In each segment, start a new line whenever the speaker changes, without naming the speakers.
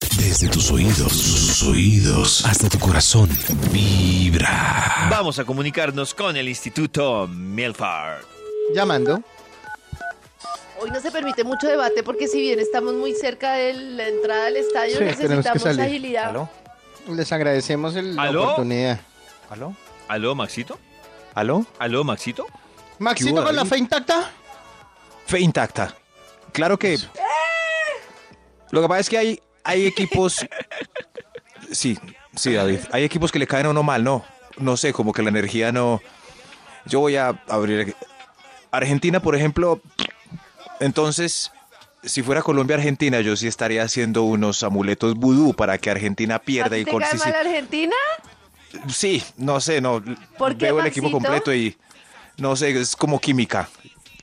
Desde tus oídos, sus oídos, hasta tu corazón,
Ah.
vibra.
Vamos a comunicarnos con el Instituto Milford.
Llamando.
Hoy no se permite mucho debate porque si bien estamos muy cerca de la entrada del estadio,
Sí, tenemos que
necesitamos
salir.
agilidad.
¿Aló?
Les agradecemos el- la
¿Aló?
oportunidad.
¿Aló?
¿Aló, Maxito?
¿Aló?
¿Aló, Maxito?
¿Qué
Maxito
hubo,
con la
David?
fe intacta.
Fe intacta. Claro que. Lo que pasa es que hay, hay equipos. Sí, sí, David. Hay equipos que le caen a uno mal, ¿no? No sé, como que la energía no. Yo voy a abrir. Argentina, por ejemplo. Entonces, si fuera Colombia-Argentina, yo sí estaría haciendo unos amuletos vudú para que Argentina
¿A
pierda
ti
y
te
con-
cae
sí, sí.
mal Argentina?
Sí, no sé, no.
¿Por qué,
veo el equipo
Maxito?
completo y no sé, es como química.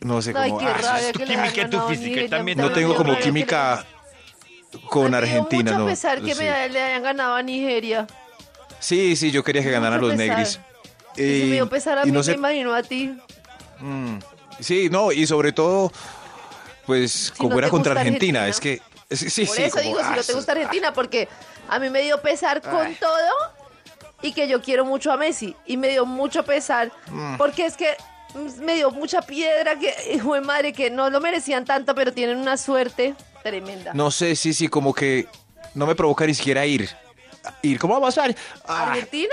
No sé
Ay,
cómo.
qué
ah,
rabia
tu
que le
química y
dan
tu
ganado
física,
nivel,
también
ya
no
me
tengo
da
como
rabia que le-
química con
Me dio
Argentina,
mucho
no.
pesar que
sí.
me, le hayan ganado a Nigeria.
sí, sí, yo quería que
mucho
ganaran los
pesar.
negris.
Y, si me dio pesar a
y
mí,
no
me
sé-
imagino a ti.
mm, sí, no, y sobre todo, pues como
no
era
te
contra
gusta
Argentina,
Argentina.
es que. Sí, sí,
Por
sí,
eso
como,
digo, si
ah,
no te
sí.
gusta Argentina, porque a mí me dio pesar con todo y que yo quiero mucho a Messi. Y me dio mucho pesar porque es que mm, me dio mucha piedra que, hijo de madre, que no lo merecían tanto, pero tienen una suerte tremenda.
No sé, sí, sí, como que no me provoca ni siquiera ir. Ir, ¿cómo vamos a ir? Ah,
¿Argentina?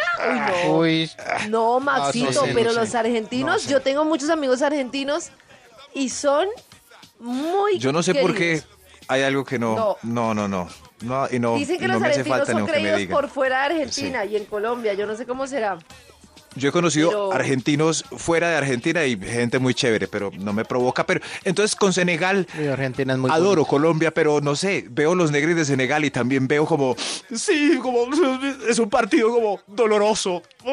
Uy, no.
Uy,
No,
no
Maxito,
sé, no
pero
sé.
los argentinos,
No sé.
yo tengo muchos amigos argentinos y son muy
Yo no sé por qué
queridos.
hay algo que no. No, no, no. No, y no,
Dicen que
y no
los
me hace
argentinos
falta ni
son
aunque me
creídos
digan.
por fuera de Argentina y en Colombia, yo no sé cómo será.
Yo he conocido
pero-
argentinos fuera de Argentina y gente muy chévere, pero no me provoca. Pero entonces con Senegal
uy, Argentina es muy
adoro Colombia, pero no sé, veo los negros de Senegal y también veo como sí, como es un partido como doloroso.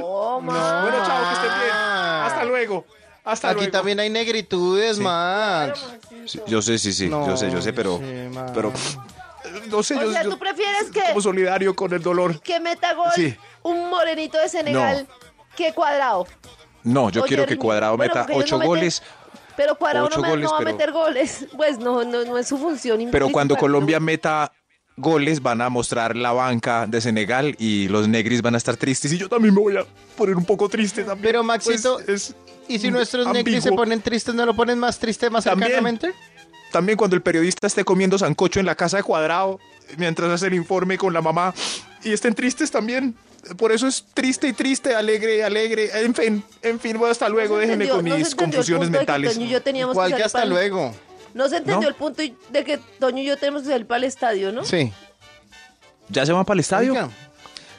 No, ma.
Bueno, chao, que estén bien. Hasta luego. Hasta
Ah. Aquí
luego.
también hay negritudes, Max.
Sí, yo sé, sí, sí, yo sé, yo sé,
No,
pero
sí, man.
pero no sé,
O
yo,
sea,
yo
¿tú prefieres que,
como solidario con el dolor.
que meta gol
Sí.
un morenito de Senegal que cuadrado?
No, yo
O
quiero que
Jeremy-
Cuadrado
bueno,
meta
pero ellos
ocho
no meten-
goles,
Pero cuadrado
Ocho
no, me-
goles,
no va
pero-
a meter goles. Pues no, no, no es su función.
pero cuando
principal,
Colombia
¿no?
meta goles van a mostrar la banca de Senegal y los negris van a estar tristes y yo también me voy a poner un poco triste también. Pues,
Pero, Maxito,
es
¿Y si nuestros
Mm, ambiguo.
negros se ponen tristes, no lo ponen más triste más
También.
cercanamente?
También cuando el periodista esté comiendo sancocho en la casa de Cuadrado mientras hace el informe con la mamá y estén tristes también. Por eso es triste y triste, alegre y alegre. En fin, en fin, bueno, hasta luego.
se
Déjenme
entendió,
con
no se
mis
entendió el
confusiones
punto de que
mentales.
Toño y yo teníamos
Igual que
salir
hasta
pa'l-
luego.
No se entendió
¿No?
el punto y- de que Toño y yo tenemos que salir para el estadio, ¿no?
Sí.
¿Ya se van para el estadio?
Oiga.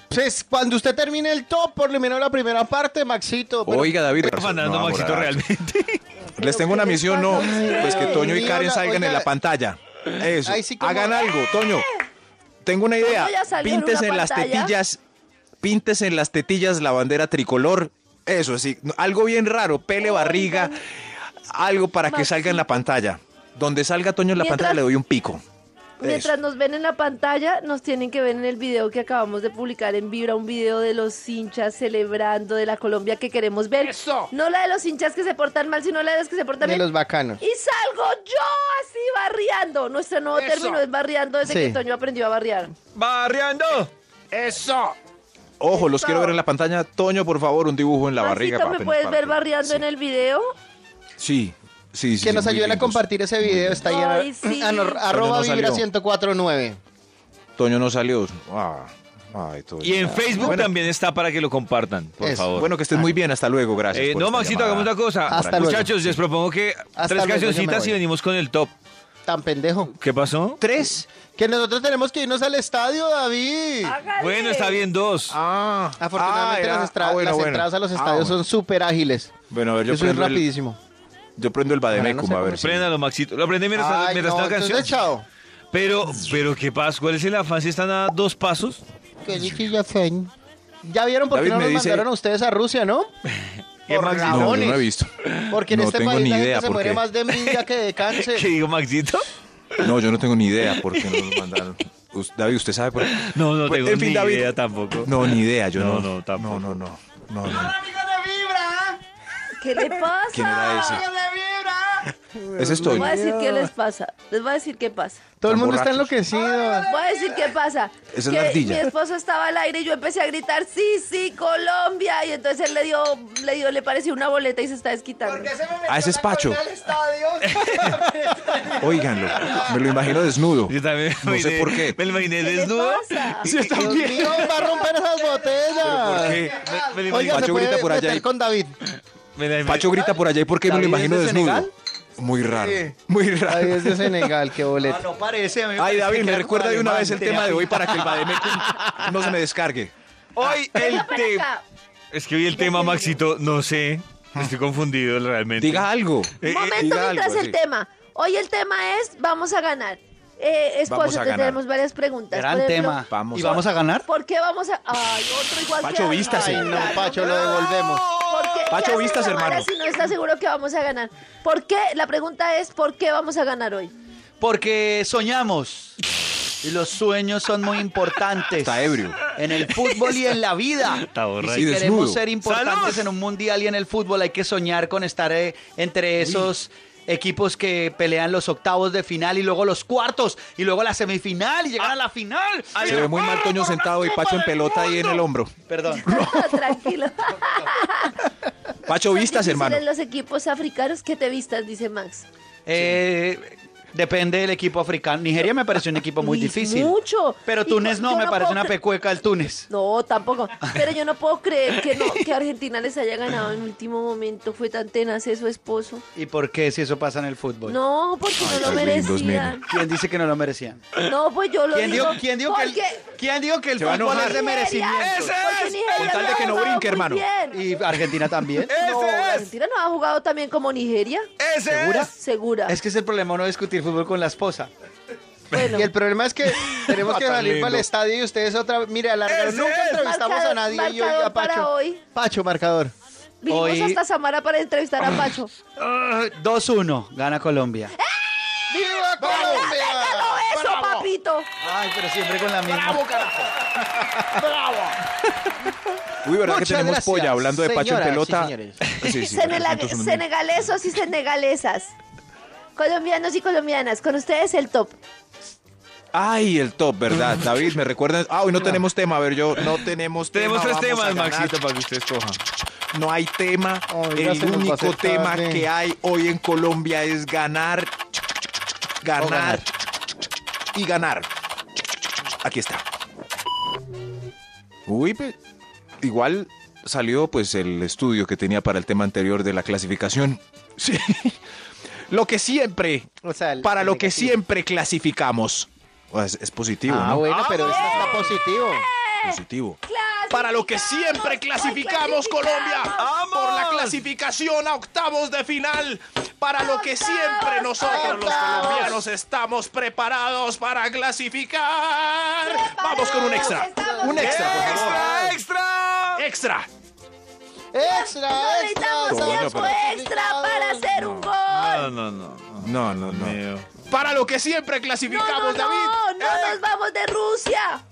Pues cuando usted termine el top, por lo menos la primera parte, Maxito. pero-
Oiga, David.
Está mandando
no,
Maxito
ahora-
realmente.
Les tengo una misión, no. Pues que Toño y
Dios,
Karen salgan en
oiga.
la pantalla. Eso.
Ahí sí como-
Hagan algo, Toño. Tengo una idea.
Toño ya salió en
Pintes
una
en las
pantalla.
tetillas. Pintes en las tetillas la bandera tricolor. Eso, sí. no, Algo bien raro. Pele barriga. Algo para que salga en la pantalla. Donde salga Toño en la
Mientras-
pantalla le doy un pico.
Mientras nos ven en la pantalla, nos tienen que ver en el video que acabamos de publicar en Vibra, un video de los hinchas celebrando de la Colombia que queremos ver. No la de los hinchas que se portan mal, sino la de los que se portan
De
bien.
los bacanos.
Y salgo yo así barriando. Nuestro nuevo término es barriando desde
Sí.
que Toño aprendió a barriar.
¡Barriando!
Ojo, los
Eso.
quiero ver en la pantalla. Toño, por favor, un dibujo en la barriga.
Maxito,
para-
¿me puedes
para
ver
que-
barriando
sí.
en el video?
Sí, sí, sí.
que
sí,
nos
muy
ayuden a
lindos.
compartir ese video. Está ahí en
Ay, sí.
ah, no, arroba
no
vibra
salió.
1049.
Toño no salió. Ah, ay, Toño.
Y en Facebook también está para que lo compartan, por
Eso.
favor.
Bueno, que estés muy bien. Hasta luego. Gracias.
Eh,
por este
no,
esta
Maxito,
llamada.
hagamos una cosa.
este Hasta luego.
Muchachos, les propongo que
Hasta
tres
luego, yo me
cancioncitas
voy.
y venimos con el top.
Tan pendejo.
¿Qué pasó?
¿Tres?
Que nosotros tenemos que irnos al estadio, David.
Ah.
Hágale.
Bueno, está bien, dos.
Ah.
Afortunadamente
ah, era-
las, estra-
ah, bueno,
las
bueno.
entradas a los
Ah,
estadios
bueno.
son súper ágiles.
Bueno, a ver, yo,
Yo soy
prendo el,
rapidísimo.
yo prendo el Bademecum,
Ahora no sé
a ver.
cómo
si-
Préndalo, Maxito. Lo aprendí mientras,
Ay,
mientras
no,
la
entonces,
canción.
chao.
Pero, pero, ¿qué pasa? ¿Cuál es el afán si están a dos pasos?
Que Nicky ya fue. Ya vieron por qué
David
no
me
nos
dice-
mandaron a ustedes a Rusia, ¿no?
¿Qué, Maxito?
No, yo
rabones.
no he visto.
Porque en
No
este
tengo
país
ni
la
idea
gente se
por
muere
qué.
más de envidia que de cáncer.
¿Qué digo, Maxito?
No, yo no tengo ni idea por qué no nos mandaron. Us- David, ¿usted sabe por qué?
No, no
Pues,
tengo
en fin,
ni
David.
idea tampoco.
No, ni idea. Yo
No,
no.
no, tampoco.
No, no, no. no, no.
¿Qué le pasa?
¿Quién era ese?
Vibra!
Ese
Les
estoy.
voy a decir qué les pasa. Les voy a decir qué pasa.
Todo el
Están
mundo está
borrachos.
enloquecido.
Ah,
Voy a decir qué pasa.
Esa es
Que
la ardilla.
Mi esposo estaba al aire y yo empecé a gritar, sí, sí, Colombia. Y entonces él le dio, le dio, le pareció una boleta y se está desquitando.
Ah, ese es Pacho. Óiganlo, me lo imagino desnudo.
Yo también
No
me
sé
imaginé-
por qué.
Me lo imaginé
¿Qué le
desnudo.
pasa?
Y- y-
Dios mío, va a romper esas botellas.
¿Qué?
me- me lo
Oiga,
imaginé-
se
Pacho grita
puede
por allá
meter
y-
con David.
me la- me-
Pacho grita por allá y por qué me lo
¿David
imagino
es de
desnudo.
Senegal?
Muy raro.
Sí.
Muy raro.
David es de Senegal,
Ah,
qué boleto.
No, no parece. a mí
Ay,
parece
David,
que
me
algo
recuerda de una
alemán
vez el
tenía
tema de
pinta.
hoy para que el Bademecum no se me descargue.
Hoy el
Venga para
tema.
acá.
Es que hoy el tema, Maxito, no sé. Estoy confundido realmente.
Diga algo.
Eh, eh,
Momento
diga
mientras
algo,
el
sí.
tema. Hoy el tema es, vamos a ganar. Eh, esposo,
Vamos a
te
ganar.
tenemos varias preguntas.
Gran
Por ejemplo,
tema.
Vamos
¿Y
a-
vamos a ganar?
¿Por qué vamos a...? Ay, otro igual
Pacho,
que David.
vístase.
Ay,
No,
claro.
Pacho, lo devolvemos.
¿Por qué- qué
Pacho,
haces,
vistas,
Tamara,
hermano.
Si no está seguro que vamos a ganar. ¿Por qué? La pregunta es, ¿por qué vamos a ganar hoy?
Porque soñamos. Y los sueños son muy importantes.
Está ebrio.
En el fútbol y en la vida.
Está borracho.
Y si
Y
queremos
desnudo.
ser importantes
¡Salud!
en un mundial y en el fútbol, hay que soñar con estar eh, entre esos equipos que pelean los octavos de final y luego los cuartos y luego la semifinal y llegan a la final.
Se ve muy mal Toño sentado y Pacho en pelota y en el hombro.
Perdón.
Tranquilo.
Pacho,
Son
vistas, hermano.
difíciles los equipos africanos que te vistas, dice Max.
Eh, Depende del equipo africano. Nigeria me parece un equipo Pues muy
Uy,
difícil.
mucho.
Pero
Y
Túnez
cu-
no,
yo
me
no
parece
puedo
una
cre-
pecueca el Túnez.
No, tampoco. Pero yo no puedo creer que, no, que Argentina les haya ganado en último momento. Fue tan tenaz su esposo.
¿Y por qué si eso pasa en el fútbol?
No, porque no lo
qué lindos,
merecían.
¿Quién dice que no lo merecían?
No, pues yo lo
¿Quién dijo,
digo.
quién dijo que el,
porque
quién dijo que el
Se va a
fútbol
enojar.
es de
Nigeria,
merecimiento?
porque Nigeria
Con tal de
ha
que no
jugado
brinque,
muy
hermano.
bien.
Y Argentina también.
no, Argentina no ha jugado también como Nigeria.
¿Segura?
Segura.
Es que es el problema no discutir fútbol con la esposa.
Bueno,
Y el problema es que tenemos que
Tan
salir
lindo.
para el estadio y ustedes otra vez. Mire, alargar.
Ese
Nunca
es.
entrevistamos a nadie y yo y a
Marcador para
Pacho.
hoy.
Pacho, marcador.
vinimos
hoy-
hasta Samara para entrevistar a Pacho.
Ah, 2-1, gana Colombia.
¡Viva
¡Déjalo
Colombia!
eso, papito!
Ay, pero siempre con la misma.
Uy, ¿verdad que
Muchas
tenemos
gracias,
polla hablando de Pacho en
señoras y
pelota?
señores.
Sí, sí,
Senela-
asuntos son-
senegalesos y senegalesas. Colombianos y colombianas, con ustedes el top.
Ay, el top, ¿verdad? David, me recuerdan. Ah, hoy no tenemos tema. A ver, yo no tenemos
Tenemos
tema.
tres
Vamos a
temas,
ganar.
Maxito, para que usted escoja.
No hay tema.
Ay, ya se nos
el
va a
único
hacer
tema
tarde.
que hay hoy en Colombia es ganar, ganar,
ganar.
y ganar. Aquí está. Uy, pe- igual salió pues el estudio que tenía para el tema anterior de la clasificación. Sí. Lo que siempre,
O sea, el-
para
el
lo que
negativo.
siempre clasificamos. Pues, es positivo,
Ah,
¿no?
bueno, pero esto está positivo.
Positivo. Para lo que siempre clasificamos Colombia. Por la clasificación a octavos de final. Para lo que siempre nosotros los
¡Octavos!
colombianos estamos preparados para clasificar. Vamos con un extra.
Estamos
Un extra, por favor.
¡Extra, extra!
Extra.
¡Extra, extra!
Necesitamos
Coño,
estamos
tiempo
pero-
extra para hacer un gol.
No, no, no.
No, no,
Mío.
Para lo que siempre
No, no,
clasificamos,
no, no
David.
nos vamos de Rusia.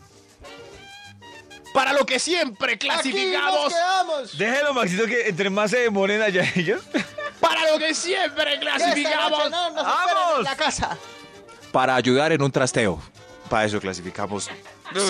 Para lo que siempre
¡Aquí nos
clasificamos.
quedamos!
Déjelo, Maxito, que entre más se demoren allá ellos.
Para lo que siempre
Esta noche
clasificamos.
no nos esperan
¡Vamos!
en la casa.
Para ayudar en un trasteo. Para eso clasificamos.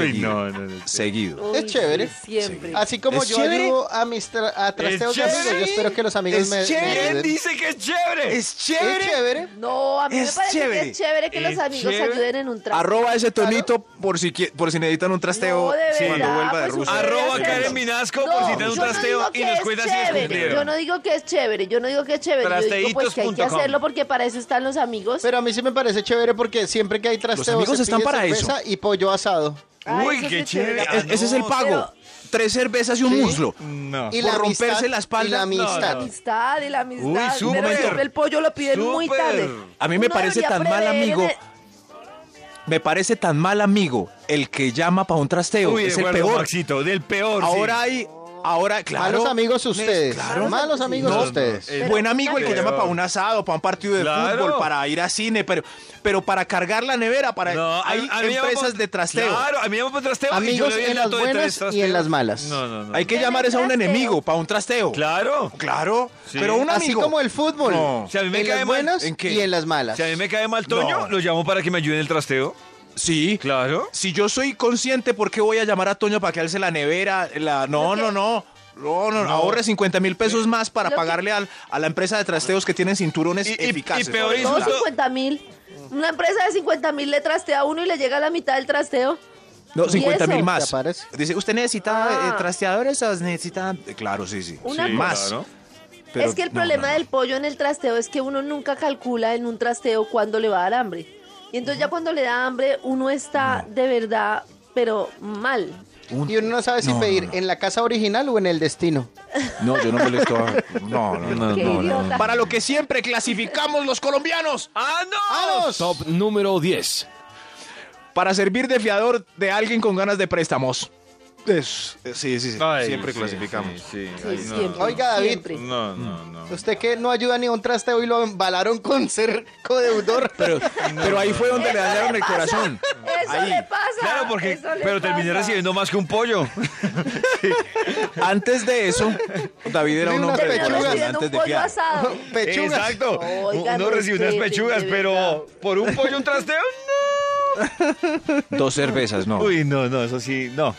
Uy, no, no, no.
Seguido.
Uy,
chévere.
sí, Siempre.
Así como
¿Es
yo
chévere?
ayudo a mis tra- a trasteos de amigos,
chévere?
yo espero que los amigos
¿Es
me, me
chévere?
ayuden.
¿Quién dice que es chévere?
Es
¿Es chévere?
No, a mí me
Es
parece que
chévere.
es chévere que los
Es
amigos
chévere.
ayuden en un trabajo.
Arroba ese tonito por, si, qui- por si necesitan un trasteo
No, de
cuando
verdad,
vuelva de
pues,
Rusia.
usted
Arroba
debe
Karen
hacerlo.
Minasco por si te da un
yo no
trasteo
digo
y
que
nos
es
cuenta si
chévere,
descubrieron.
Yo no digo que es chévere, yo no digo que es chévere. Yo digo pues, que hay que
Trasteitos.com.
hacerlo porque para eso están los amigos.
Pero a mí sí me parece chévere porque siempre que hay trasteos
amigos
se
están
pide
para
cerveza y pollo asado.
Ay,
Uy,
eso sí
qué
es chévere.
chévere. Ah,
Es- ese es el pago.
pero- Mm.
Tres cervezas y un muslo.
No.
Y
Por romperse la espalda,
y la
no,
amistad.
no.
amistad y la amistad.
Uy,
Pero
súper.
siempre el pollo lo piden muy
Súper.
tarde.
A mí me
Uno
parece
debería
tan mal,
prever en
amigo.
el-
Me parece tan mal amigo el que llama para un trasteo.
Uy,
es
de
el
acuerdo,
peor.
Maxito, del peor. sí.
Ahora hay Ahora, claro.
Malos amigos
me-
ustedes.
claro.
Malos amigos
No, no,
ustedes.
El buen amigo el que
Pero-
llama para un asado, para un partido de
Claro.
fútbol, para ir a cine, pero, pero para cargar la nevera, para
No,
hay
a- a mí me
empresas
llaman-
de trasteo.
Claro, a mí me llaman para trasteo. y
Amigos
yo le doy
en
el
las
dato de tres
buenas y en
trasteos.
las malas.
No, no, no.
Hay que
En el
llamar es a un
trasteo.
enemigo para un trasteo.
Claro.
Claro,
Sí.
pero un
Así
amigo.
como el fútbol.
No.
Si a mí me
en
cae
las
mal,
buenas
¿en qué?
y en las malas.
Si a mí me cae mal Toño,
No.
lo llamo para que me ayude en el trasteo.
Sí.
Claro.
Si yo soy consciente, ¿por qué voy a llamar a Toño para que alce la nevera? La... No,
Lo
no,
que-
no. No, no, no. Ahorre 50 mil pesos más para
Lo que-
pagarle al- a la empresa de trasteos que tienen cinturones
Y- y- y
eficaces.
peor
Claro.
Todos
Insulto.
50 mil. Una empresa de 50 mil le trastea a uno y le llega a la mitad del trasteo.
No,
¿Y
50
eso?
mil
¿Te
más.
parece?
Dice, ¿usted necesita
Ah.
eh, trasteadores o necesita...? Eh, Claro, sí, sí.
Una
Sí,
cosa.
más.
Claro.
Pero
es que el
no,
problema
no, no.
del pollo en el trasteo es que uno nunca calcula en un trasteo cuándo le va a dar hambre. Y entonces ya cuando le da hambre, uno está de verdad, pero mal.
Un-
Y uno no sabe si
No,
pedir
no, no.
en la casa original o en el destino.
No, yo no molesto a... No, no, no.
Qué idiota.
Para lo que siempre clasificamos los colombianos.
¡Ah, no!
¡Vamos!
Top número 10.
Para servir de fiador de alguien con ganas de préstamos. Es- sí, sí, sí.
Ay,
siempre
sí,
clasificamos.
Sí, sí.
Sí,
Ay, no.
siempre,
Oiga, David.
siempre.
No, no, no.
Usted que no ayuda ni a un trasteo y lo embalaron con ser codeudor.
Pero, pero ahí fue donde le
Eso
dañaron el
pasa,
corazón.
Eso
Ahí.
le pasa.
Claro, porque
eso le
pero terminé
pasa.
recibiendo más que un pollo.
Antes de eso, David era
Ni
un
una
hombre de
pechuga.
corazón.
Terminé recibiendo
Antes
un
de
pollo
fiar.
asado.
Pechugas.
Exacto.
Oiga,
Uno recibe unas
respeten,
pechugas,
de
pero
verdad.
por un pollo un trasteo,
Dos cervezas, no.
no. Uy, no, no, eso sí, no.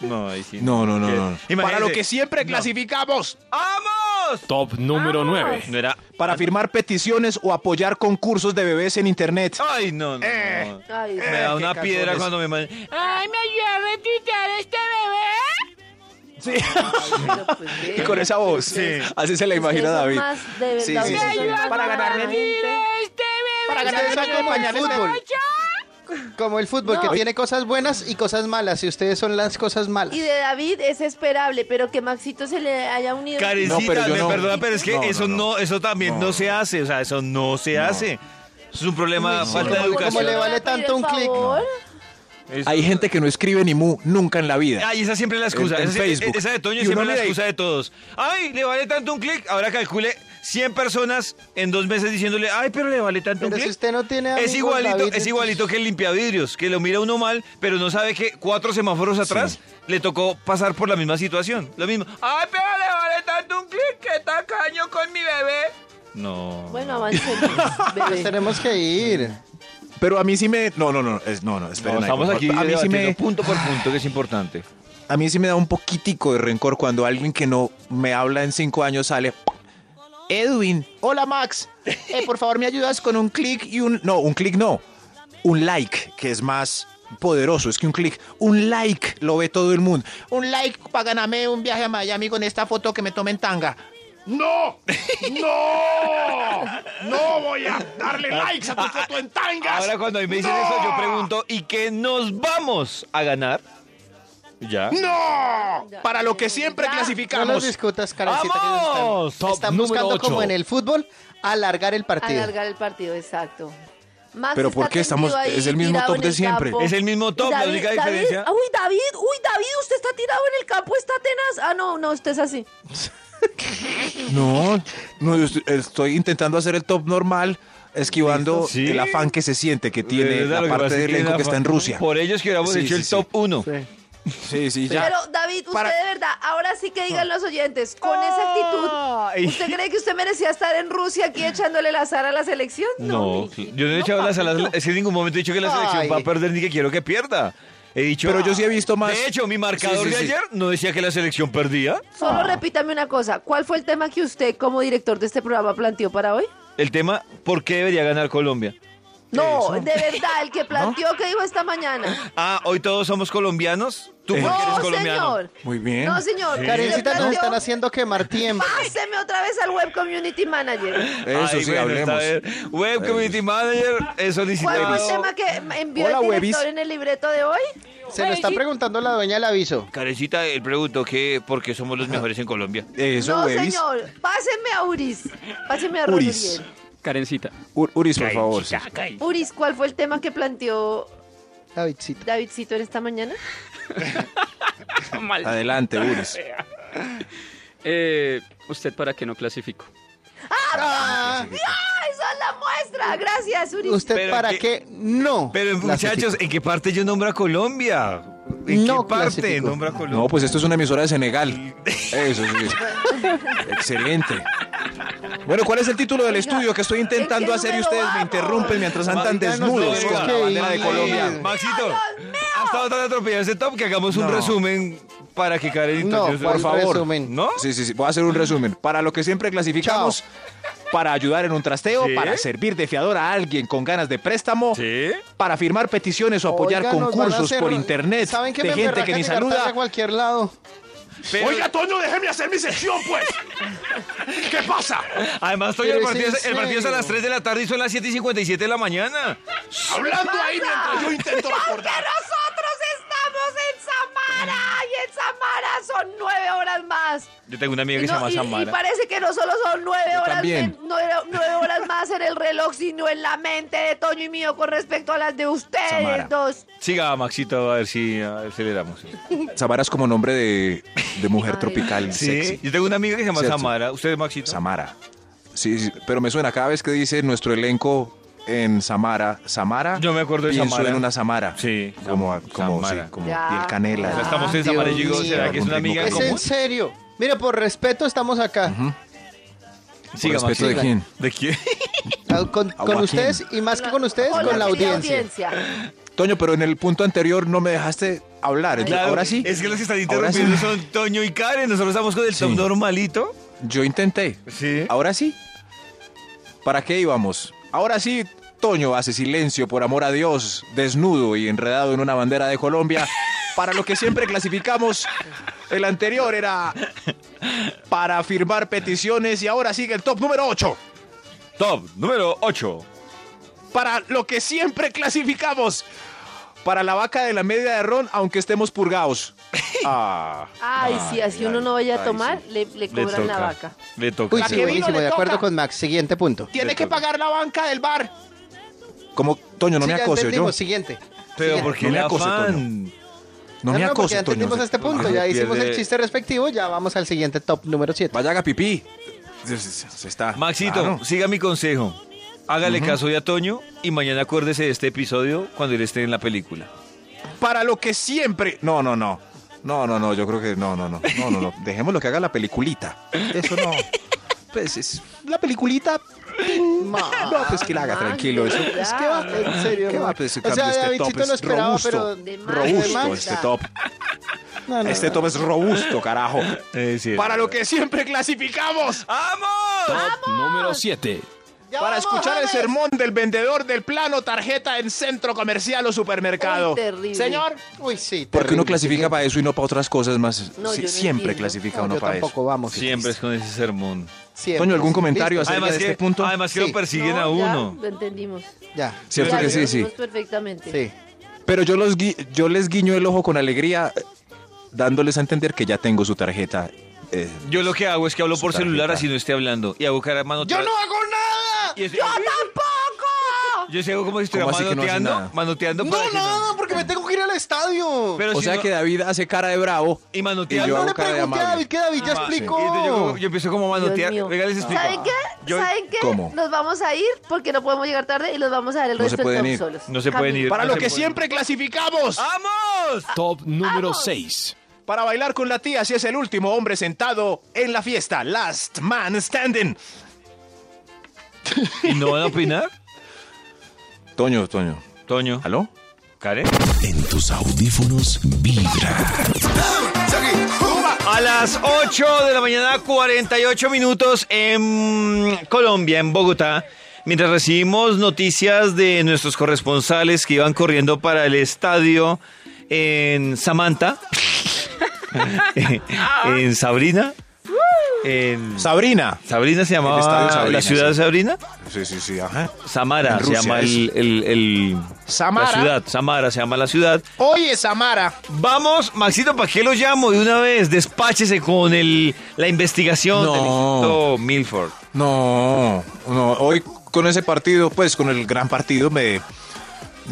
No, ahí sí.
No, no, no, no. no.
Imagínese.
Para lo que siempre
No.
clasificamos.
¡Vamos!
Top número 9.
No era.
Para firmar peticiones o apoyar concursos de bebés en internet.
Ay, no, no. no.
Ay,
Me da una piedra cuando me man-
Ay, me ayuda a retuitear este bebé.
Sí.
pero pues,
Y
ve.
con esa voz.
Sí.
Así se la imagina
Ustedes son
David.
más, de verdad,
Sí, sí,
Me
ustedes
sí.
son
ayuda
más
a compartir este bebé.
Para ganar
¿Sabe
esa
qué
copa en el
pasa,
fútbol.
Pacho?
Como el fútbol,
No.
que tiene cosas buenas y cosas malas. Y ustedes son las cosas malas.
Y de David es esperable, pero que Maxito se le haya unido.
Karencita,
No, pero yo
me
no.
perdona, pero es que
No, no,
eso no,
no.
eso también no. se hace, o sea, eso no se hace. Es un problema,
Sí,
falta de
como- como
educación.
le vale tanto un clic.
Eso-
Hay gente que no escribe ni mu nunca en la vida.
Ay, esa siempre es la excusa.
En- en
esa, sie-
Facebook.
esa de Toño
Y
siempre
uno
es la
mira y-
excusa de todos. Ay, le vale tanto un clic. Ahora calcule 100 personas en dos meses diciéndole, ay, pero le vale tanto un
Pero si
clic.
usted no tiene
es
amigos,
igualito,
David,
es igualito que el limpiavidrios, que lo mira uno mal, pero no sabe que cuatro semáforos atrás le tocó pasar por la misma situación. Lo mismo. Ay, pero le vale tanto un clic que está caño con mi bebé. No.
Bueno, avancemos.
Nos
bebé.
tenemos que ir.
Pero a mí sí me. No, no, no. es- no, no,
No,
esperen ahí,
estamos
por
aquí
favor. A mí sí
debatiendo
me.
punto por punto, que es importante.
A mí sí me da un poquitico de rencor cuando alguien que no me habla en cinco años sale. Edwin, hola Max, eh, por favor me ayudas con un clic y un... No, un clic no, un like, que es más poderoso, es que un clic, un like lo ve todo el mundo. Un like para ganarme un viaje a Miami con esta foto que me tomen tanga. ¡No! ¡No! ¡No voy a darle likes a tu foto en tangas!
Ahora cuando a mí me dicen eso, yo pregunto, ¿y qué nos vamos a ganar? Ya.
¡No! Para lo que siempre
Ya.
No
clasificamos.
los discutas, Karencita. que ellos
¡Vamos!
están,
Top
están
número
buscando, como
ocho.
en el fútbol, alargar el partido.
Alargar el partido, exacto. Max
Pero
está
¿por qué estamos-
tendido ahí,
es el mismo
tirado
top
en
de
el
siempre?
campo.
Es el mismo top, la única diferencia-
David, uy, David, uy, David, usted está tirado en el campo, está tenaz. Ah, no, no, usted es así.
No, no, yo estoy- estoy intentando hacer el top normal, esquivando
Sí.
el afán que se siente que tiene
Eh,
la
lo que
parte
pasa
del
es que
elenco
la
que está en
fa-
Rusia.
Por ellos que hubiéramos
Sí,
hecho
sí,
el
sí.
top 1.
Sí, sí, ya.
Pero, David, usted
Para-
de verdad, ahora sí que
Ah.
digan los oyentes, con esa actitud, ¿usted cree que usted merecía estar en Rusia aquí echándole la azar a la selección?
No,
mi-
yo no he echado las alas. Es que en ningún momento he dicho que la selección
Ay.
va a perder ni que quiero que pierda. He dicho.
Pero yo sí he visto más-
De hecho, mi marcador
Sí, sí,
de
sí.
ayer no decía que la selección perdía.
Solo repítame una cosa, ¿cuál fue el tema que usted como director de este programa planteó para hoy?
El tema, ¿por qué debería ganar Colombia?
No, de verdad, el que planteó que dijo esta mañana.
Ah, hoy todos somos colombianos. Tú porque eres
No,
colombiano.
señor.
Muy bien.
No, señor.
Sí.
Usted
Karencita, nos
planteó-
están haciendo quemar tiempo.
Páseme otra vez al Web Community Manager.
Eso
Ay,
sí,
bueno, está
hablemos.
bien. Web Community Manager es
¿Cuál fue el
solicitado.
tema que envió
Hola,
el director
Webis.
en el libreto de hoy?
Se lo está preguntando la dueña del aviso.
Carecita, él preguntó que por qué somos los mejores en Colombia.
Eso,
no,
Uris.
señor. Pásenme a Uris. Pásenme a
Uris.
Rodríguez.
Karencita.
Ur- Uris, por favor. sí.
Uris, ¿cuál fue el tema que planteó
Davidcita.
Davidcito en esta mañana?
Adelante, Uris.
Eh, ¿Usted para qué no clasificó?
Ah,
¡Ah, ¡Eso es la muestra! Gracias, Uri.
¿Usted
Pero
para
que-
qué no?
Pero muchachos, ¿en qué parte yo nombro a Colombia? ¿En
No
qué parte
clasificó.
nombro a Colombia?
No, pues esto es una emisora de Senegal. Eso sí. Excelente. Bueno, ¿cuál es el título del estudio que estoy
¿en qué
intentando hacer y
número
ustedes me
vamos?
interrumpen mientras pues, andan
Marica, no
desnudos
sé,
con la
qué
bandera de
bien.
Colombia?
Maxito, ha estado tan atropellado ese top que hagamos un resumen para que Karen
No,
entonces-
por
Por favor.
resumen.
¿No?
Sí, sí, sí. Voy a hacer un resumen. Para lo que siempre clasificamos, para ayudar en un trasteo,
Sí.
para servir de fiador a alguien con ganas de préstamo,
Sí.
para firmar peticiones o apoyar
Oiga, nos van a
concursos
hacer-
por internet
¿Saben qué
de
me
gente
emberraca
que ni
llegar tarde
saluda.
a cualquier lado.
Pero-
Toño, déjeme hacer mi sección, pues. ¿Qué pasa?
Además, Toño,
Pero
el
es
partido,
en
es- el partido es a
serio.
las 3 de la tarde y son las 7 y 57 de la mañana.
Hablando ahí mientras yo intento
Porque nosotros estamos en Samara y en Samara son nueve horas más.
Yo tengo una amiga
Y,
que se
no-
llama
y- y
Samara.
parece que no solo son nueve horas,
también.
en- nueve, nueve horas más en el reloj, sino en la mente de Toño y mío con respecto a las de ustedes
Samara.
dos.
Siga, Maxito, a ver si aceleramos.
Samara es como nombre de, de mujer
Ay.
tropical.
Sí.
sexy.
Yo tengo una amiga que se llama
Cierto.
Samara. ¿Usted, Maxito?
Pues Samara. Sí, sí, pero me suena cada vez que dice nuestro elenco en Samara. Samara.
Yo me acuerdo de
pienso
Samara.
en una Samara.
Sí,
Como,
Sam-
como,
Samara.
sí, como
Ya.
piel canela.
O sea, estamos en Samara y yo digo,
Dios
¿será
mío.
que es una amiga en
Es
¿Cómo?
común?
en serio. Mire, por respeto estamos acá.
Siga,
¿Por respeto de
Maxito.
quién?
¿De quién?
Ah, Con,
¿A
con
Joaquín?
ustedes y más que con ustedes,
Hola,
con la
querida
audiencia.
audiencia.
Toño, pero en el punto anterior no me dejaste hablar. entonces,
Claro,
Eh, ahora sí.
Es que los que están
Ahora sí.
interrumpiendo son Toño y Karen. Nosotros estamos con el top
Sí.
normalito. Ah,
Yo intenté.
Sí.
¿Eh? Ahora sí. ¿Para qué íbamos? Ahora sí, Toño hace silencio por amor a Dios, desnudo y enredado en una bandera de Colombia. Para lo que siempre clasificamos, el anterior era para firmar peticiones y ahora sigue el top número 8.
Top número 8.
Para lo que siempre clasificamos, para la vaca de la media de ron, aunque estemos purgados. Ah,
Ay, sí, así uno no vaya a
ay,
tomar,
sí.
le, le cobran la vaca.
Le toca.
Uy,
La
sí,
que vino
buenísimo,
le
de acuerdo
toca.
con Max. Siguiente punto.
Tiene que pagar la banca del bar. Como, Toño, no
Sí,
me
ya
acose, yo.
entendimos, Siguiente.
Pero
Siguiente.
¿por qué
No me
le
acose,
afán?
No me
porque ya
acose, Toño.
entendimos este punto,
Ah,
ya
se
hicimos el
pierde.
chiste respectivo, ya vamos al siguiente top número 7.
Vaya haga pipí. Se, se- se está.
Maxito,
Claro.
siga mi consejo. Hágale caso hoy a Toño y mañana acuérdese de este episodio cuando él esté en la película.
Para lo que siempre. No, no, no. No, no, no. Yo creo que no, no, no. No, no, no. Dejemos lo que haga la peliculita. Eso no. Pues es. La peliculita. ting. No, pues que la haga tranquilo. Eso.
Max,
Es
Pues, ¿Qué va? En serio.
¿Qué
no.
va? Pues, en
o
cambio,
sea,
este top
Davidcito
es
lo esperaba,
robusto.
pero
De Max.
robusto
Max.
este top.
No, no,
Este
no.
top es robusto, carajo.
Eh, sí,
Para
es
lo que siempre clasificamos.
¡Vamos!
Top número 7.
Ya
Para
vamos,
escuchar el
James.
sermón del vendedor del plano tarjeta en centro comercial o supermercado.
Uy, terrible.
Señor,
Uy, sí.
Porque uno
terrible,
clasifica
siguiente.
para eso y no para otras cosas más.
No,
Sie-
yo no
siempre
entiendo.
clasifica
No,
uno
yo
para
tampoco,
eso.
vamos.
Siempre es con ese sermón.
Siempre.
Toño, ¿algún comentario
Listo,
acerca
Además
de
que,
este punto?
además que
Sí.
lo persiguen
No,
a
ya,
uno.
Lo entendimos.
Ya.
Cierto
Ya,
que
lo
sí, sí.
entendimos perfectamente.
Sí.
Pero yo, los gui- yo les guiño el ojo con alegría, eh, dándoles a entender que ya tengo su tarjeta. eh,
Yo lo que hago es que hablo
Su
por celular
tarjeta.
así no esté hablando. Y hago cara mano.
¡Yo no hago nada!
¡Yo tampoco! Yo sí hago como si estuviera
¿Cómo así que no hace
manoteando.
nada?
manoteando para
No,
que no-
no, porque me tengo que ir al estadio.
Pero
o
si
sea
no-
que David hace cara de bravo.
Y
Y
manoteando.
yo
no
hago
le
cara de
pregunté a
amable.
David, que David ya
Ah,
explicó.
sí. Y entonces yo, yo empiezo como a
Dios
manotear.
mío.
Venga, les explico.
¿Saben qué?
Yo-
¿Saben qué?
¿Cómo?
Nos vamos a ir porque no podemos llegar tarde y los vamos a dar el
No
resto
se pueden
del
ir.
top solos.
No se pueden
Camilo.
ir.
Para
No
lo
se
que
puede.
siempre clasificamos.
¡Vamos!
Top número
Vamos.
6.
Para bailar con la tía si es el último hombre sentado en la fiesta. Last man standing.
¿Y no van a opinar?
Toño, Toño.
Toño.
¿Aló?
¿Karen?
En tus audífonos vibra.
A las 8 de la mañana, 48 minutos en Colombia, en Bogotá. Mientras recibimos noticias de nuestros corresponsales que iban corriendo para el estadio en Samantha, eh, en Sabrina, en
Sabrina.
Sabrina se llamaba
El estadio Sabrina,
la ciudad de
sí.
Sabrina,
Sí, sí, sí, ajá.
Samara
En
se
Rusia,
llama el,
eso.
el- el-
Samara.
la ciudad, Samara se llama la ciudad.
Oye, Samara.
Vamos, Maxito, ¿para qué lo llamo de una vez? Despáchese con el, la investigación
No.
del Instituto Milford.
No, no, hoy con ese partido, pues con el gran partido me,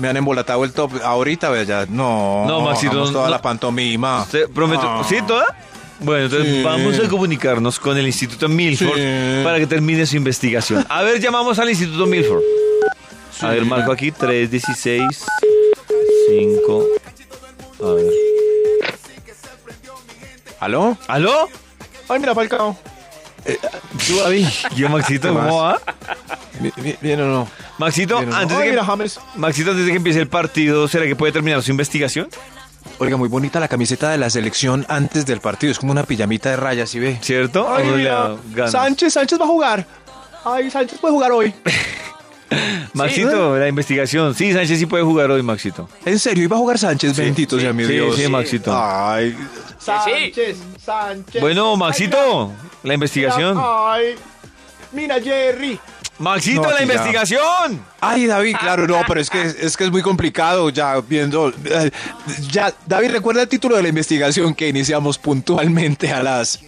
me han embolatado el top. Ahorita, vea, ya, no.
No, Maxito,
hagamos toda
no.
la pantomima.
¿Usted prometió?
No.
¿Sí, toda? Bueno, entonces vamos a comunicarnos con el Instituto Milford para que termine su investigación. A ver, llamamos al Instituto Milford. A ver, marco aquí 316 5 A ver.
¿Aló?
¿Aló?
Ay, mira, Falcao.
¿Tú, David?
Yo, Maxito,
¿Qué más?
¿cómo va?
Bien, bien, bien o no.
Maxito,
Bien, ¿no?
antes de
Ay,
que,
mira, James.
Maxito, antes de que empiece el partido, ¿será que puede terminar su investigación?
Oiga, muy bonita la camiseta de la selección antes del partido. Es como una pijamita de rayas, ¿sí ve?
¿Cierto?
Ay,
Uno le da
mira.
ganas.
Sánchez, Sánchez va a jugar. Ay, Sánchez puede jugar hoy.
Maxito, la investigación. Sí, Sánchez sí puede jugar hoy, Maxito.
¿En serio? ¿Iba a jugar Sánchez? Bendito sea mi
sí,
Dios.
sí, Maxito.
Ay,
Sánchez, Sánchez.
Bueno,
Ay,
Maxito, la
mira,
investigación.
Ay, mira, Jerry.
Maxito,
No,
la
aquí ya.
investigación.
Ay, David, claro, no, pero es que es que es muy complicado ya viendo. eh, Ya, David, recuerda el título de la investigación que iniciamos puntualmente a las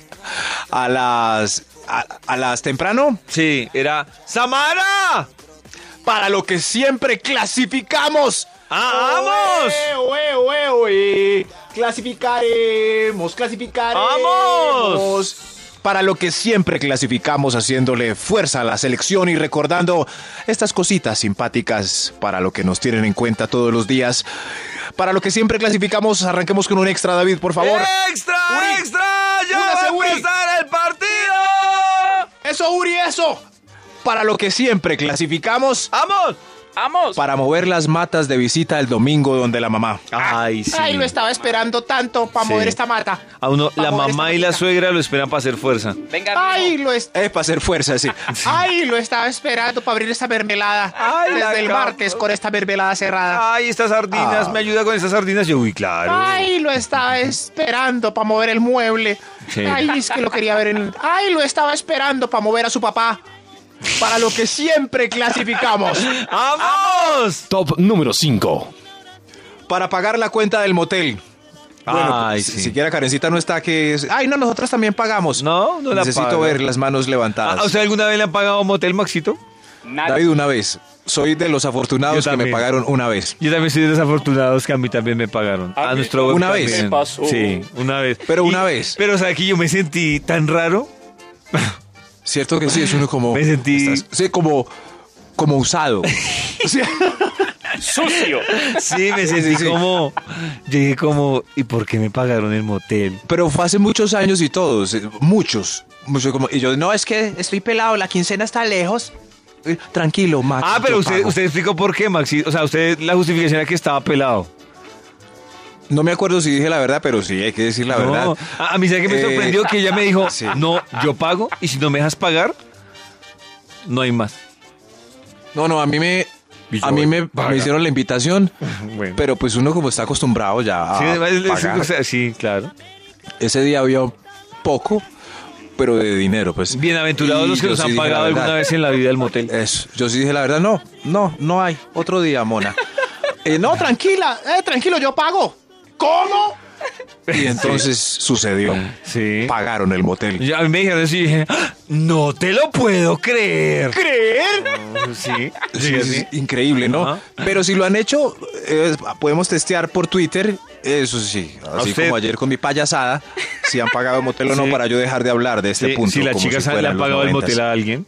a las a, a las temprano
Sí, era Samara.
para lo que siempre clasificamos.
¡Ah, ¡Vamos!
Oe, oe, oe, oe. Clasificaremos, clasificaremos.
¡Vamos!
Para lo que siempre clasificamos haciéndole fuerza a la selección y recordando estas cositas simpáticas para lo que nos tienen en cuenta todos los días. Para lo que siempre clasificamos, arranquemos con un extra, David, por favor.
¡Eh! ¡Extra,
Uri.
extra! ¡Ya va
Únase,
a
Uri.
empezar el partido!
¡Eso, Uri, eso! Para lo que siempre clasificamos,
¡Vamos!
¡Vamos!
para mover las matas de visita el domingo donde la mamá.
Ah, Ay, sí.
Ay, lo estaba esperando tanto para
Sí.
mover esta mata.
A uno,
Pa'
la
mover
mamá
esta
y la
matica.
suegra lo esperan para hacer fuerza.
Venga,
Ay, lo es-
Es para hacer fuerza, sí.
Ay, lo estaba esperando para abrir esta mermelada.
Ay, la
desde el
capa.
martes con esta mermelada cerrada.
¡Ay, estas sardinas!
Ah.
¿Me ayuda con estas sardinas? Yo, uy, claro.
Ay, lo estaba esperando para mover el mueble.
Sí.
Ay, es que lo quería ver en. Ay, lo estaba esperando para mover a su papá. Para lo que siempre clasificamos.
¡Vamos!
Top número 5.
Para pagar la cuenta del motel. Bueno, pues,
Ay,
si-
sí.
siquiera Karencita no está, que es... Ay, no, nosotros también pagamos.
No, no la
Necesito
paga.
ver las manos
Ah,
levantadas.
¿A usted alguna vez le han pagado motel, Maxito?
nada.
David, una vez. Soy de los afortunados
Yo
que me
también.
pagaron una vez.
Yo también soy de desafortunados que a mí también me pagaron.
A
A,
mí
nuestro
Ah, una
webcam
vez.
también.
Me pasó.
Sí, una vez.
Pero una vez.
Pero, o sea, que yo me sentí tan raro.
Cierto que sí, es uno como...
Me sentí-
Estás- sí, como, como usado. Sí.
¡Sucio!
Sí, me sentí
sí.
como. Llegué como, ¿y por qué me pagaron el motel?
Pero fue hace muchos años y todos, eh, muchos. muchos como, y yo, no, es que estoy pelado, la quincena está lejos. Eh, Tranquilo, Max.
Ah, pero
yo
usted,
pago.
usted explicó por qué, Maxi. O sea, usted la justificación era que estaba pelado.
No me acuerdo si dije la verdad, pero sí, hay que decir la
No. Ah,
verdad.
A, a mí, ¿sabe que me
Eh,
sorprendió? Que ella me dijo,
sí.
no, yo pago y si no me dejas pagar, no hay más.
No, no, a mí me...
Y yo,
A mí me,
paga.
me hicieron la invitación,
Bueno.
pero pues uno como está acostumbrado ya a
Sí, además, es- es-
Ah, pagar.
o sea, sí, claro.
Ese día había poco, pero de dinero, pues.
Bienaventurados
Y
los que
yo
nos
sí
han
dije la
pagado
verdad.
alguna vez en la vida el motel.
Eso, yo sí dije la verdad, no, no, no hay. Otro día, mona. Eh, no, tranquila.
Eh, tranquilo, yo pago. ¿Cómo?
Y entonces sucedió.
Sí.
Pagaron el motel.
Ya me dijeron eso y dije, "¡Ah! no te lo puedo creer.
¿Creer?
Sí,
Sí, sí, sí, increíble, ¿no?
Ajá.
Pero si lo han hecho, eh, podemos testear por Twitter. Eso sí, así
usted?
como ayer con mi payasada, si han pagado motel o no,
Sí.
para yo dejar de hablar de este
Sí,
punto.
si las
como
chicas le
fueran
han
los
pagado el
90s.
motel a alguien.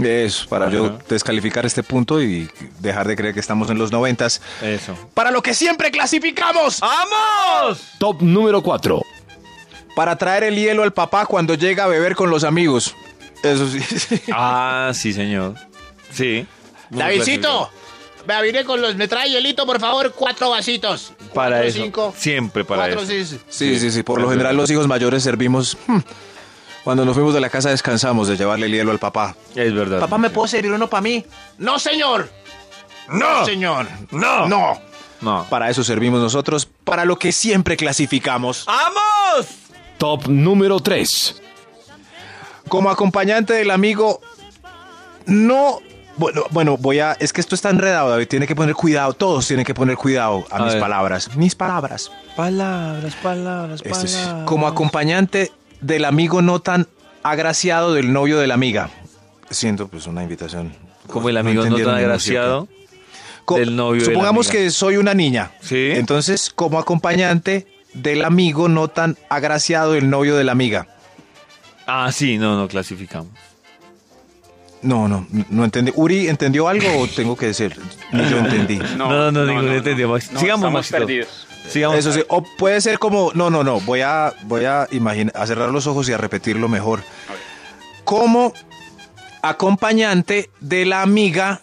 Eso, para yo descalificar este punto y dejar de creer que estamos en los noventas.
Eso.
Para lo que siempre clasificamos.
¡Vamos!
Top número 4.
Para traer el hielo al papá cuando llega a beber con los amigos. Eso sí. sí.
Ah, sí, señor. Sí. Muy
Davidcito, me vine con los. Me trae hielito, por favor, cuatro vasitos.
clasificado. Para
cuatro,
eso.
Cinco,
Siempre para
cuatro,
eso.
seis.
Sí, sí, sí. Por lo general los hijos mayores servimos... hmm, Cuando nos fuimos de la casa descansamos de llevarle el hielo al papá.
Es verdad.
Papá, ¿me puedo servir uno para mí? No, señor.
¡No!
Señor.
¡No!
No.
No.
Para eso servimos nosotros, para lo que siempre clasificamos.
¡Vamos!
Top número 3.
Como acompañante del amigo, no... Bueno, bueno, voy a... Es que esto está enredado, David. Tiene que poner cuidado. Todos tienen que poner cuidado a,
A
mis
ver.
palabras. Mis palabras.
Palabras, palabras,
Este sí. Como acompañante del amigo no tan agraciado del novio de la amiga. Siento pues una invitación.
Como el amigo no,
entendieron
tan
ninguno, ¿cierto?
agraciado.
Co-
del novio de la
Supongamos
amiga.
que soy una niña.
Sí.
Entonces, como acompañante del amigo no tan agraciado el novio de la amiga.
Ah, sí, no, no clasificamos.
No, no, no entendí. Uri, ¿entendió algo o tengo que decir? Ni Yo entendí.
No, no, no, ninguno entendió, Max. Sigamos,
estamos
Maxito.
perdidos.
Sigamos.
Eso sí, o puede ser como, no, no, no, voy a, voy a, imagin- a cerrar los ojos y a repetirlo mejor. Como acompañante de la amiga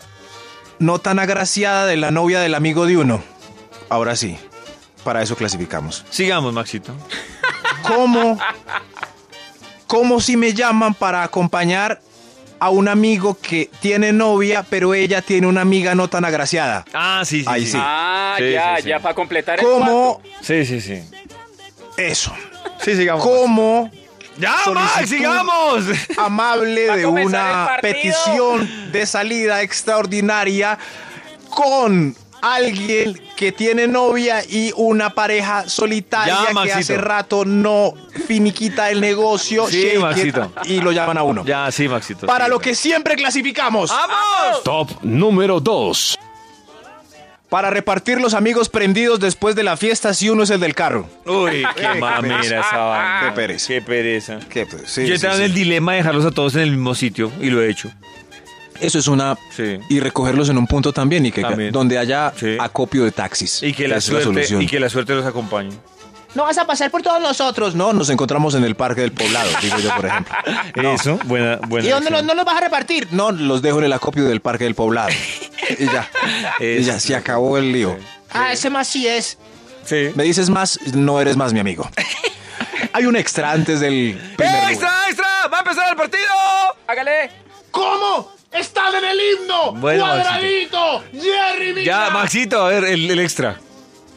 no tan agraciada de la novia del amigo de uno. Ahora sí, para eso clasificamos.
Sigamos, Maxito.
¿Cómo, cómo si me llaman para acompañar a un amigo que tiene novia, pero ella tiene una amiga no tan agraciada?
Ah, sí, sí.
Ahí sí.
Ah,
Sí,
ya,
sí, sí.
ya, para completar el
¿Cómo?
Sí, sí, sí.
Eso.
Sí, sigamos.
¿Cómo?
¡Ya, Max,
Solicitud.
sigamos!
amable
Va a
de
comenzar el
una
partido.
petición de salida extraordinaria con alguien que tiene novia y una pareja solitaria
Ya,
que
Maxito.
hace rato no finiquita el negocio
Sí,
shake it,
Maxito.
y lo llaman a uno.
Ya, sí, Maxito.
Para
sí,
lo
ya.
que siempre clasificamos,
Ah,
¡Vamos!
Top número 2.
para repartir los amigos prendidos después de la fiesta si uno es el del carro.
Uy, qué
qué
mamera esa vaina.
Qué pereza.
Qué pereza.
Que, pues, sí,
Yo he
sí,
estado
sí.
en el dilema de dejarlos a todos en el mismo sitio y lo he hecho.
Eso es una...
Sí.
Y recogerlos en un punto también, y que
También.
donde haya
Sí.
acopio de taxis.
Y que la
es
suerte,
solución.
y que la suerte los acompañe.
No vas a pasar por todos nosotros.
No, nos encontramos en el Parque del Poblado, digo yo, por ejemplo.
Eso, buena, buena.
¿Y dónde los-
acción.
no los vas a repartir?
No, los dejo en el acopio del Parque del Poblado. Y ya. Y
Eso.
ya, se acabó el lío.
Este.
Ah, ese más sí es.
Sí.
Me dices más, no eres más mi amigo. Hay un extra antes del primer
¡Extra,
lugar.
extra! ¡Va a empezar el partido!
Hágale.
¿Cómo? ¡Están en el himno!
Bueno,
¡Cuadradito! ¡Jerry
Ya,
Mina!
Maxito, a ver, el, el extra.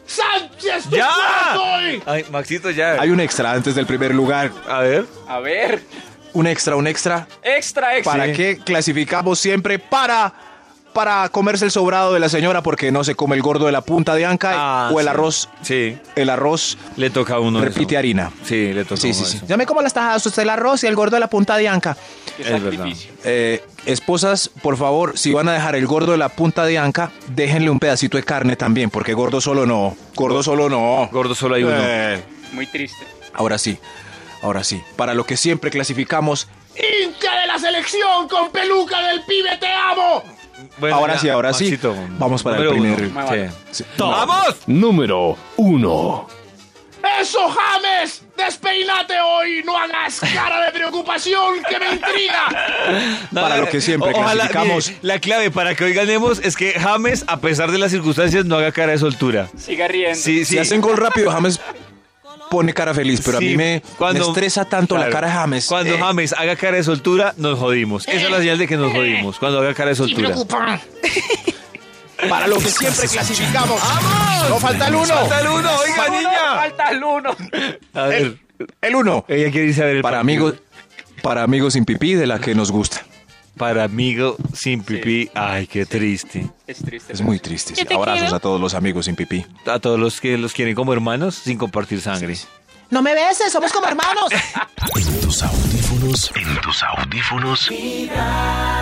¡Sánchez, tu
¡Ya!
cuarto hoy!
Ay, Maxito, ya.
Hay un extra antes del primer lugar.
A ver.
A ver.
Un extra, un extra.
Extra, extra.
¿Para qué clasificamos siempre para para comerse el sobrado de la señora porque no se come el gordo de la punta de anca
Ah,
o el
sí.
arroz?
Sí,
El arroz
le toca a uno.
repite
eso.
harina.
Sí, le toca a
Sí,
uno.
sí, sí.
eso.
Ya me como las tajadas, usted el arroz y el gordo de la punta de anca.
Qué
Es verdad.
sacrificio.
Eh, esposas, por favor, si van a dejar el gordo de la punta de anca, déjenle un pedacito de carne también, porque gordo solo no. Gordo solo no.
Gordo solo hay uno.
Eh,
Muy triste.
ahora sí, ahora sí. Para lo que siempre clasificamos,
¡Hincha de la selección con peluca del pibe, te amo!
Bueno,
ahora
ya,
sí, ahora sí.
Maxito,
Vamos para el
número uno.
primer-
Sí.
sí,
Top
¡Vamos!
número 1.
¡Eso, James! ¡Despeinate hoy! ¡No hagas cara de preocupación que me intriga!
No,
Para
no,
lo
no.
que siempre clasificamos.
mire, la clave para que hoy ganemos es que James, a pesar de las circunstancias, no haga cara de soltura.
Siga riendo.
Sí,
si
sí.
hacen gol rápido, James pone cara feliz, pero a
Sí,
mí me, me estresa tanto la
claro,
cara de James.
Cuando
Eh,
James haga cara de soltura, nos jodimos. Esa es la señal de que nos jodimos. Cuando haga cara de
Y
soltura.
preocupa.
para lo que siempre clasificamos.
¡No falta el uno!
¡Falta el uno! ¡Oiga,
Uno,
niña!
Falta el uno.
A ver,
El uno.
ella quiere irse a ver el
Para
partido.
amigos, para amigos sin pipí de la que nos gusta.
Para amigo sin pipí. Ay, qué triste.
Es triste.
Es muy triste. sí.
Yo te
Abrazos
quiero.
a todos los amigos sin pipí.
A todos los que los quieren como hermanos sin compartir sangre.
¡No me beses! ¡Somos como hermanos!
En tus audífonos. En tus audífonos.